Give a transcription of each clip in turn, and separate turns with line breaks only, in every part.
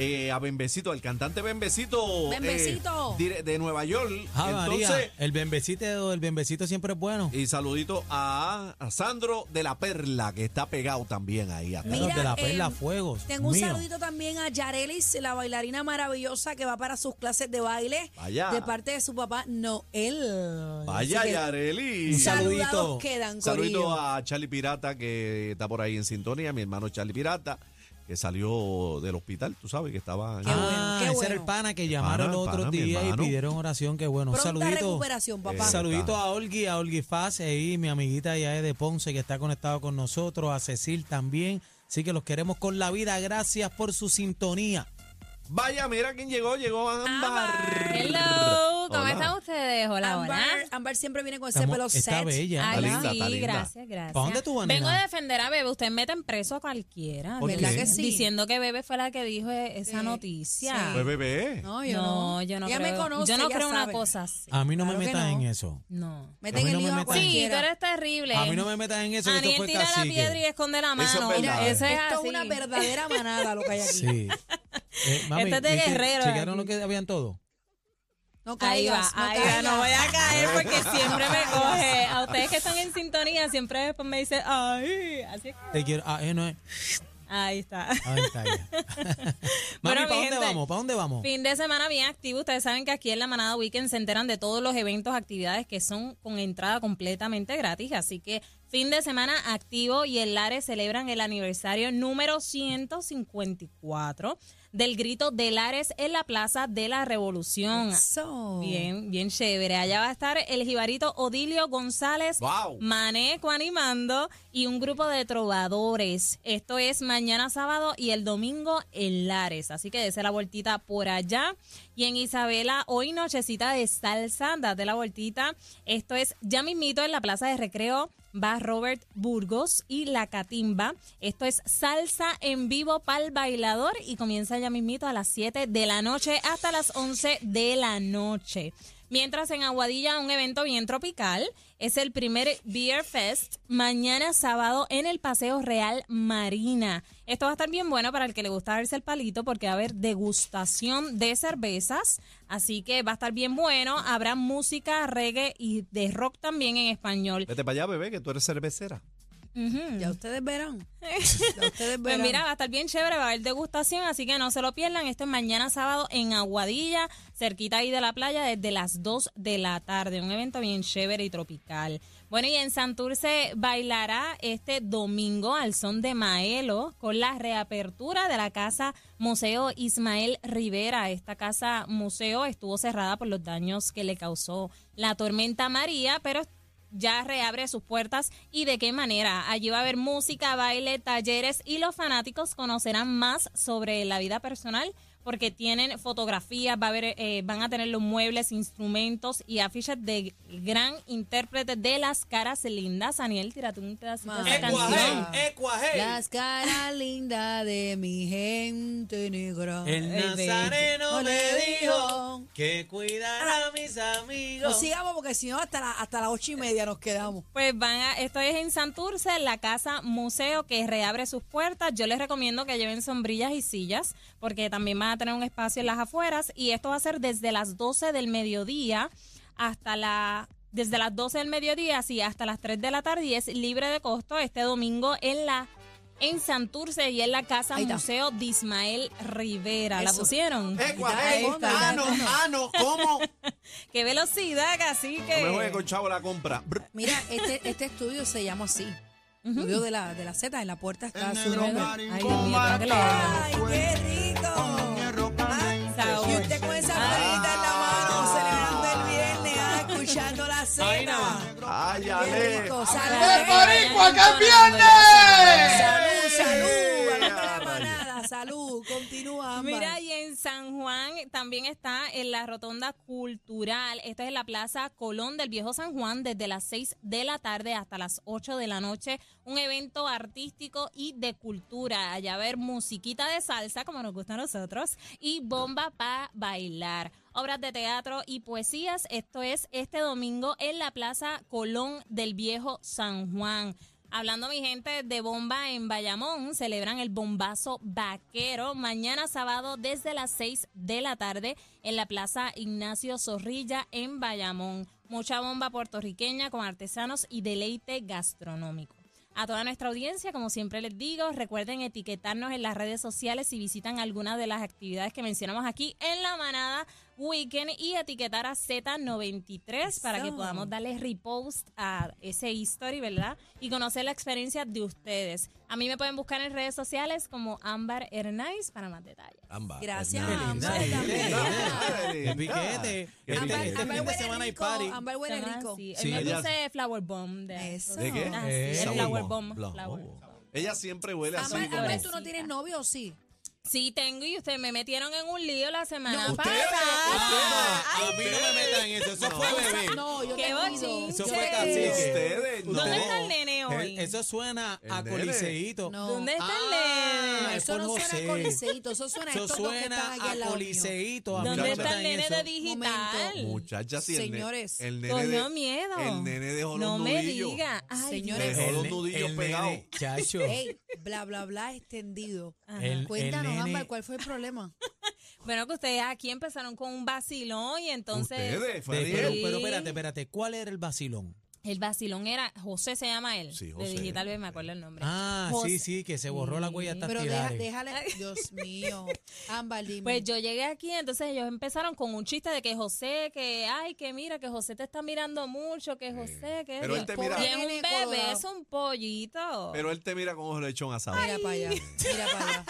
eh, a Bembecito, al cantante Bembecito. eh,
Bembecito.
dire- de Nueva York.
Ah,
Entonces,
María, el bembecito, el bembecito siempre es bueno.
y saludito a, a Sandro de la Perla, que está pegado también ahí. atrás.
Mira, de la Perla
em,
Fuegos,
Tengo un
mío.
saludito también a Yarelis, la bailarina maravillosa que va para sus clases de baile.
Vaya.
De parte de su papá Noel.
Vaya,
Así que
Yareli.
Un saludo.
saludados
Saludito.
quedan,
Saludito
corillo.
a Charlie Pirata que está por ahí en sintonía, mi hermano Charlie Pirata, que salió del hospital, tú sabes que estaba...
Qué bueno,
ah,
qué
ese
bueno.
era el pana que llamaron
pana,
los otros
pana, mi
días y
hermano.
pidieron oración, qué bueno.
Pronta
saludito.
recuperación, papá.
Eh,
Saludito a Olgi, a Olgi Faz, ahí, mi amiguita allá de Ponce que está conectado con nosotros, a Cecil también. Así que los queremos con la vida. Gracias por su sintonía.
Vaya, mira quién llegó, llegó
Ah,
Ámbar.
Hello, ¿cómo
Hola.
están ustedes? Hola, hola.
Ámbar, Ámbar siempre viene con ese
Estamos-
pelo
está
set.
bella.
Ay,
Está linda,
sí,
está linda.
gracias, gracias.
¿Pa' dónde tú vas,
Vengo
nena?
a defender a Bebe. Ustedes meten preso a cualquiera.
¿Por
¿Verdad
qué?
que sí?
Diciendo que Bebe fue la que dijo eh, esa
Sí,
noticia.
Pues bebé.
No, yo no.
No, yo no
Ella
creo.
me conoce,
yo no
ella
creo una
sabe.
cosa así.
A mí no
Claro
me
que
metas
no.
en eso.
no.
A
Meten
mí
el
no me
lío a
metan-
Sí, tú
cualquiera.
eres terrible.
A mí no me metas en eso, que esto
Aniel
fue
tira la
cacique.
piedra y esconde la mano.
Eso es verdad.
Eso es
Esto
así.
es una verdadera manada lo que hay aquí.
Sí. Eh,
Este es de
¿viste?
guerrero
¿Chequearon
aquí.
lo que habían todo?
No
Ahí va,
caigas, no
ahí va, no voy
caigas.
a caer porque siempre me coge. A ustedes que están en sintonía, siempre después me dicen, ay, así es que-
Te quiero. Ah, eh, no es. Ah,
Ahí está.
Ahí está ya. Mami,
Bueno, mi
¿para dónde
gente,
vamos? ¿Para dónde vamos?
Fin de semana bien activo. Ustedes saben que aquí en la Manada Weekend se enteran de todos los eventos, actividades que son con entrada completamente gratis. Así que fin de semana activo y el Lares celebran el aniversario número 154 del grito de Lares en la Plaza de la Revolución.
Eso.
Bien, bien chévere. Allá va a estar el jibarito Odilio González,
Wow.
Maneco animando y un grupo de trovadores. Esto es mañana sábado y el domingo en Lares. Así que dése la vueltita por allá. Y en Isabela, hoy nochecita de salsa, date la vueltita. Esto es ya mismito en la plaza de recreo. Va Robert Burgos y La Catimba. Esto es salsa en vivo para el bailador y comienza ya mismito a las 7 de la noche hasta las 11 de la noche. Mientras en Aguadilla, un evento bien tropical, es el primer Beer Fest mañana sábado en el Paseo Real Marina. Esto va a estar bien bueno para el que le gusta darse el palito porque va a haber degustación de cervezas, así que va a estar bien bueno. Habrá música, reggae y de rock también en español.
Vete para allá, bebé, que tú eres cervecera.
Ujú.
Ya ustedes verán. Ya ustedes verán.
Pues mira, va a estar bien chévere, va a haber degustación, así que no se lo pierdan. Esto es mañana sábado en Aguadilla, cerquita ahí de la playa, desde las 2 de la tarde. Un evento bien chévere y tropical. Bueno, y en Santurce bailará este domingo al son de Maelo con la reapertura de la casa Museo Ismael Rivera. Esta casa museo estuvo cerrada por los daños que le causó la tormenta María, pero ya reabre sus puertas y de qué manera. Allí va a haber música, baile, talleres y los fanáticos conocerán más sobre la vida personal porque tienen fotografías, va a haber, eh, van a tener los muebles, instrumentos y afiches de gran intérprete de las caras lindas. Aniel, tírate un pedacito de esa
Ecuaje,
canción.
Las caras lindas de mi gente negra. Eh,
El
Ay,
nazareno
baby.
me
Ole,
dijo
dijo.
que cuidara a mis
No
amigos.
pues sigamos porque si no, hasta, la- hasta las ocho y media nos quedamos.
Pues van a, esto es en Santurce, la casa museo que reabre sus puertas. Yo les recomiendo que lleven sombrillas y sillas, porque también van a tener un espacio en las afueras. Y esto va a ser desde las 12 del mediodía hasta la. Desde las 12 del mediodía, sí, hasta las 3 de la tarde. Y es libre de costo este domingo en la. En Santurce y en la Casa
Ahí está.
Museo de Ismael Rivera. ¿La
Eso. Eh.
pusieron?
Ahí está.
Eh, Ah, no, ah, no, ¿cómo?
¡Qué velocidad, así
No
que.
me juegues con chavo la compra. Brr.
Mira, este, este estudio se llama así. Estudio de la, de la Z, en la puerta está su nombre.
Ay, Dios mío, tengo que leer.
¡Ay, qué rico! Ah, ah, Saludos,
¡El
saludos.
boricua que es viernes!
Salud, salud. a nuestra
Ay.
manada, salud. Continúa. Ámbar.
Mira, y en San Juan también está en la Rotonda Cultural. Esta es la Plaza Colón del Viejo San Juan desde las 6 de la tarde hasta las 8 de la noche. Un evento artístico y de cultura. Allá va a ver musiquita de salsa, como nos gusta a nosotros, y bomba para bailar. Obras de teatro y poesías. Esto es este domingo en la Plaza Colón del Viejo San Juan. Hablando mi gente de Bomba en Bayamón, celebran el bombazo vaquero mañana sábado desde las 6 de la tarde en la Plaza Ignacio Zorrilla en Bayamón. Mucha bomba puertorriqueña con artesanos y deleite gastronómico. A toda nuestra audiencia, como siempre les digo, recuerden etiquetarnos en las redes sociales si visitan alguna de las actividades que mencionamos aquí en la manada weekend y etiquetar a Z93 para que
Eso.
podamos darle repost a ese history, ¿verdad? Y conocer la experiencia de ustedes. A mí me pueden buscar en redes sociales como Ámbar Hernández para más detalles.
Ámbar.
Gracias,
Hernández.
linda,
Ámbar.
qué
también.
linda.
Ay,
Qué piquete.
qué
Ámbar,
piquete.
Este ámbar. fin de
huele
semana hay
rico,
party.
Ámbar huele
Llama
rico.
así.
Sí.
Hoy me
Ella-
puse Flower Bomb. De,
Eso.
¿De qué?
Ah, sí,
Eh,
el
Flower
Flower
Bomb.
Bomb.
Flower
Flower
Bomb.
Bomb.
Ella siempre huele así.
Ámbar,
como-
Ámbar, ¿tú no tienes novio o sí?
Sí, tengo y ustedes me metieron en un lío la semana
No,
Usted-
pasada.
Ah, a mí no me metan en eso. Eso fue bebé.
No, yo
Qué
te cuido.
bochinche.
Eso
Yo
fue
te
cacique.
cuido.
Ustedes no.
¿Dónde está el nene hoy?
Eh, Eso suena
El
a
nene.
coliseíto.
No.
¿Dónde está el
Ah,
nene?
es
Eso
por
no suena
José.
a coliseíto, eso suena a
Eso
estos dos que
suena
están aquí al
a
lado mío.
coliseíto. A mí no
¿Dónde
me
Muchacha.
está
metan
el
en
nene
eso.
de digital?
Muchachas, sí, el ne-
Señores,
el nene,
Cogió
de-
miedo.
El nene dejó
No
los
me
nudillos.
diga. Ay,
Señores.
Dejó los
ne-
nudillos
el
pegados.
nene, chacho.
Ey, bla, bla, bla, extendido.
Ajá.
El-
Cuéntanos,
nene-
Ámbar, ¿cuál fue el problema?
Bueno, que ustedes aquí empezaron con un vacilón y entonces
Ustedes, fue
De- pero,
ayer.
Sí.
pero espérate, espérate. ¿Cuál era el vacilón?
el vacilón era, José se llama él,
Sí,
de
José. eh,
Digital B, me acuerdo el nombre.
Ah, sí,
José.
sí, que se borró la huella hasta
Pero deja,
tirar.
déjala, Dios mío. Ámbar, dime.
Pues yo llegué aquí, entonces ellos empezaron con un chiste de que José, que ay, que mira, que José te está mirando mucho, que José, que
Pero él
esto.
te mira-
y es un
Nene
bebé,
colorado.
es un pollito.
Pero él te mira con ojo de lechón asado.
Mira para allá, mira para allá.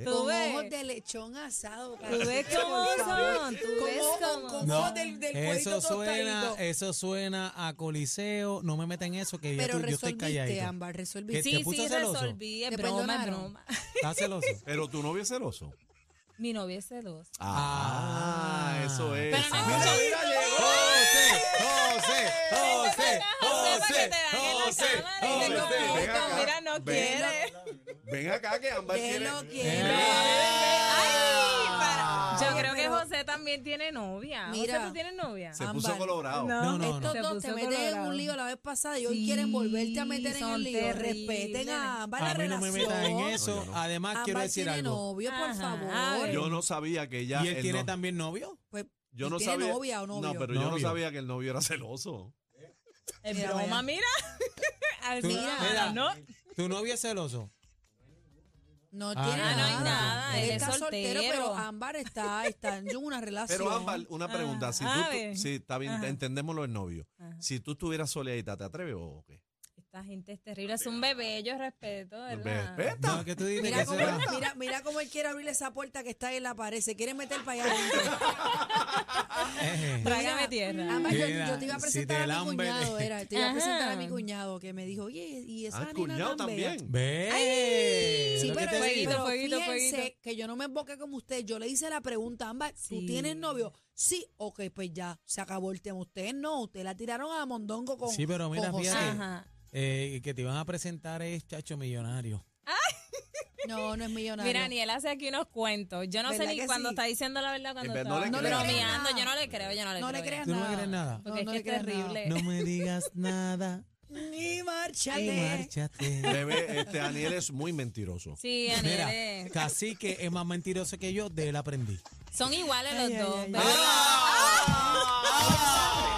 Tú
Con
ves.
ojos de lechón asado.
Tú ves cómo
por favor.
son, tú
Con
ves
ojos-
cómo
con
son.
ojos del, del
eso
cuerito
suena,
tostadito.
eso suena a coliseo. No me metan en eso que ya
Pero
tú- yo estoy
resolviste,
calladito.
Ámbar,
¿Qué
resolviste.
sí,
te puso
sí,
celoso?
resolví, es
¿Te
broma, es
perdonaron?
broma.
¿Estás celoso?
Pero tu novio es celoso.
Mi novia es celosa.
Ah,
Ah.
eso es.
Pero no-
Mira, mira, llegó.
José, José, José, José,
José,
José,
José,
José, ven acá,
mira, no
ven.
quiere.
Ven acá que Ámbar
Él
quiere.
no
Eh,
quiere.
Ah.
Ay, para- Yo creo que
Pero-
José también tiene novia.
Mira.
José, ¿tú tienes novia?
Se puso
Ámbar.
colorado.
No.
No, no,
Estos
no.
Se
dos te
puso
meten en
colorado.
un lío la vez pasada y hoy
Sí,
quieren volverte a meter en
son
el lío.
terribles.
Respeten a Ámbar la
A mí no me
relación.
metan en eso.
Yo no.
Además,
Ámbar
quiero decir
tiene
algo.
novio, por
Ajá.
favor.
Yo no sabía que ella.
¿Y él tiene
no-
también novio?
Pues,
Yo
¿y
no
tiene
sabía.
novia o novio?
No, pero yo no
Novio.
sabía que el novio era celoso.
Es
Mira, vaya.
broma, mira. Así,
Tú- mira.
no.
¿Tu novio es celoso?
No
Ah,
tiene
no
nada.
hay
nada, él
está
es soltero.
pero Ámbar está, está en una relación.
Pero Ámbar, una
Ah,
pregunta. Si tú,
a
tu-
ver.
sí, está bien,
Ajá.
entendémoslo el novio.
Ajá.
Si tú estuvieras soleadita, ¿te atreves o qué?
Esta gente es terrible. Es un bebé, yo respeto, ¿verdad?
Respeta. Ah,
No, que tú dices
Mira
que
cómo,
será.
mira, mira cómo él quiere abrir esa puerta que está en la pared. Se quiere meter para allá adentro.
Eh,
Trágame
Mira,
tierra.
Ámbar, yo,
Mira,
yo te iba a
si
presentar
te
a mi
lambe-
cuñado. Era, te iba a presentar a
Ajá.
mi cuñado que me dijo, oye, y esa
Ah,
nena
el cuñado
tan bella".
también.
Ve.
Sí,
lo que
pero,
te
Fueguito,
pero
digo.
fueguito,
fíjense
fueguito.
que yo no me emboqué como usted. Yo le hice la pregunta, Ámbar, ¿tú
Sí.
tienes novio? Sí, ok, pues ya, se acabó el tema. Ustedes no, ustedes la tiraron a Mondongo con
Sí, pero
con
mira,
José.
fíjate.
Ajá.
Eh, que te iban a presentar es chacho millonario.
No, no es millonario.
Mira, Aniel hace aquí unos cuentos. Yo no sé
¿Verdad
ni
que
cuándo
sí?
está diciendo la verdad, cuando
verdad,
está
no le creas.
bromeando.
No le
Yo no le creo, yo no le
No le
creo.
creas
¿Tú no
nada.
me crees nada?
Porque
no
es
le
que es
creas nada.
terrible.
No me digas nada
Ni
y
márchate.
márchate.
Bebé, este Daniel es muy mentiroso.
Sí,
Mira,
Aniel. es-
cacique es más mentiroso que yo, de él aprendí.
Son iguales los
Ay, ay,
dos.
ay,
¿verdad?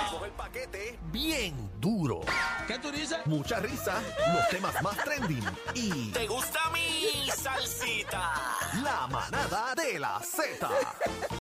Tenemos el paquete bien duro. ¿Qué tú dices? Mucha risa, los temas más trending y... ¿Te gusta mi salsita? La manada de la Z.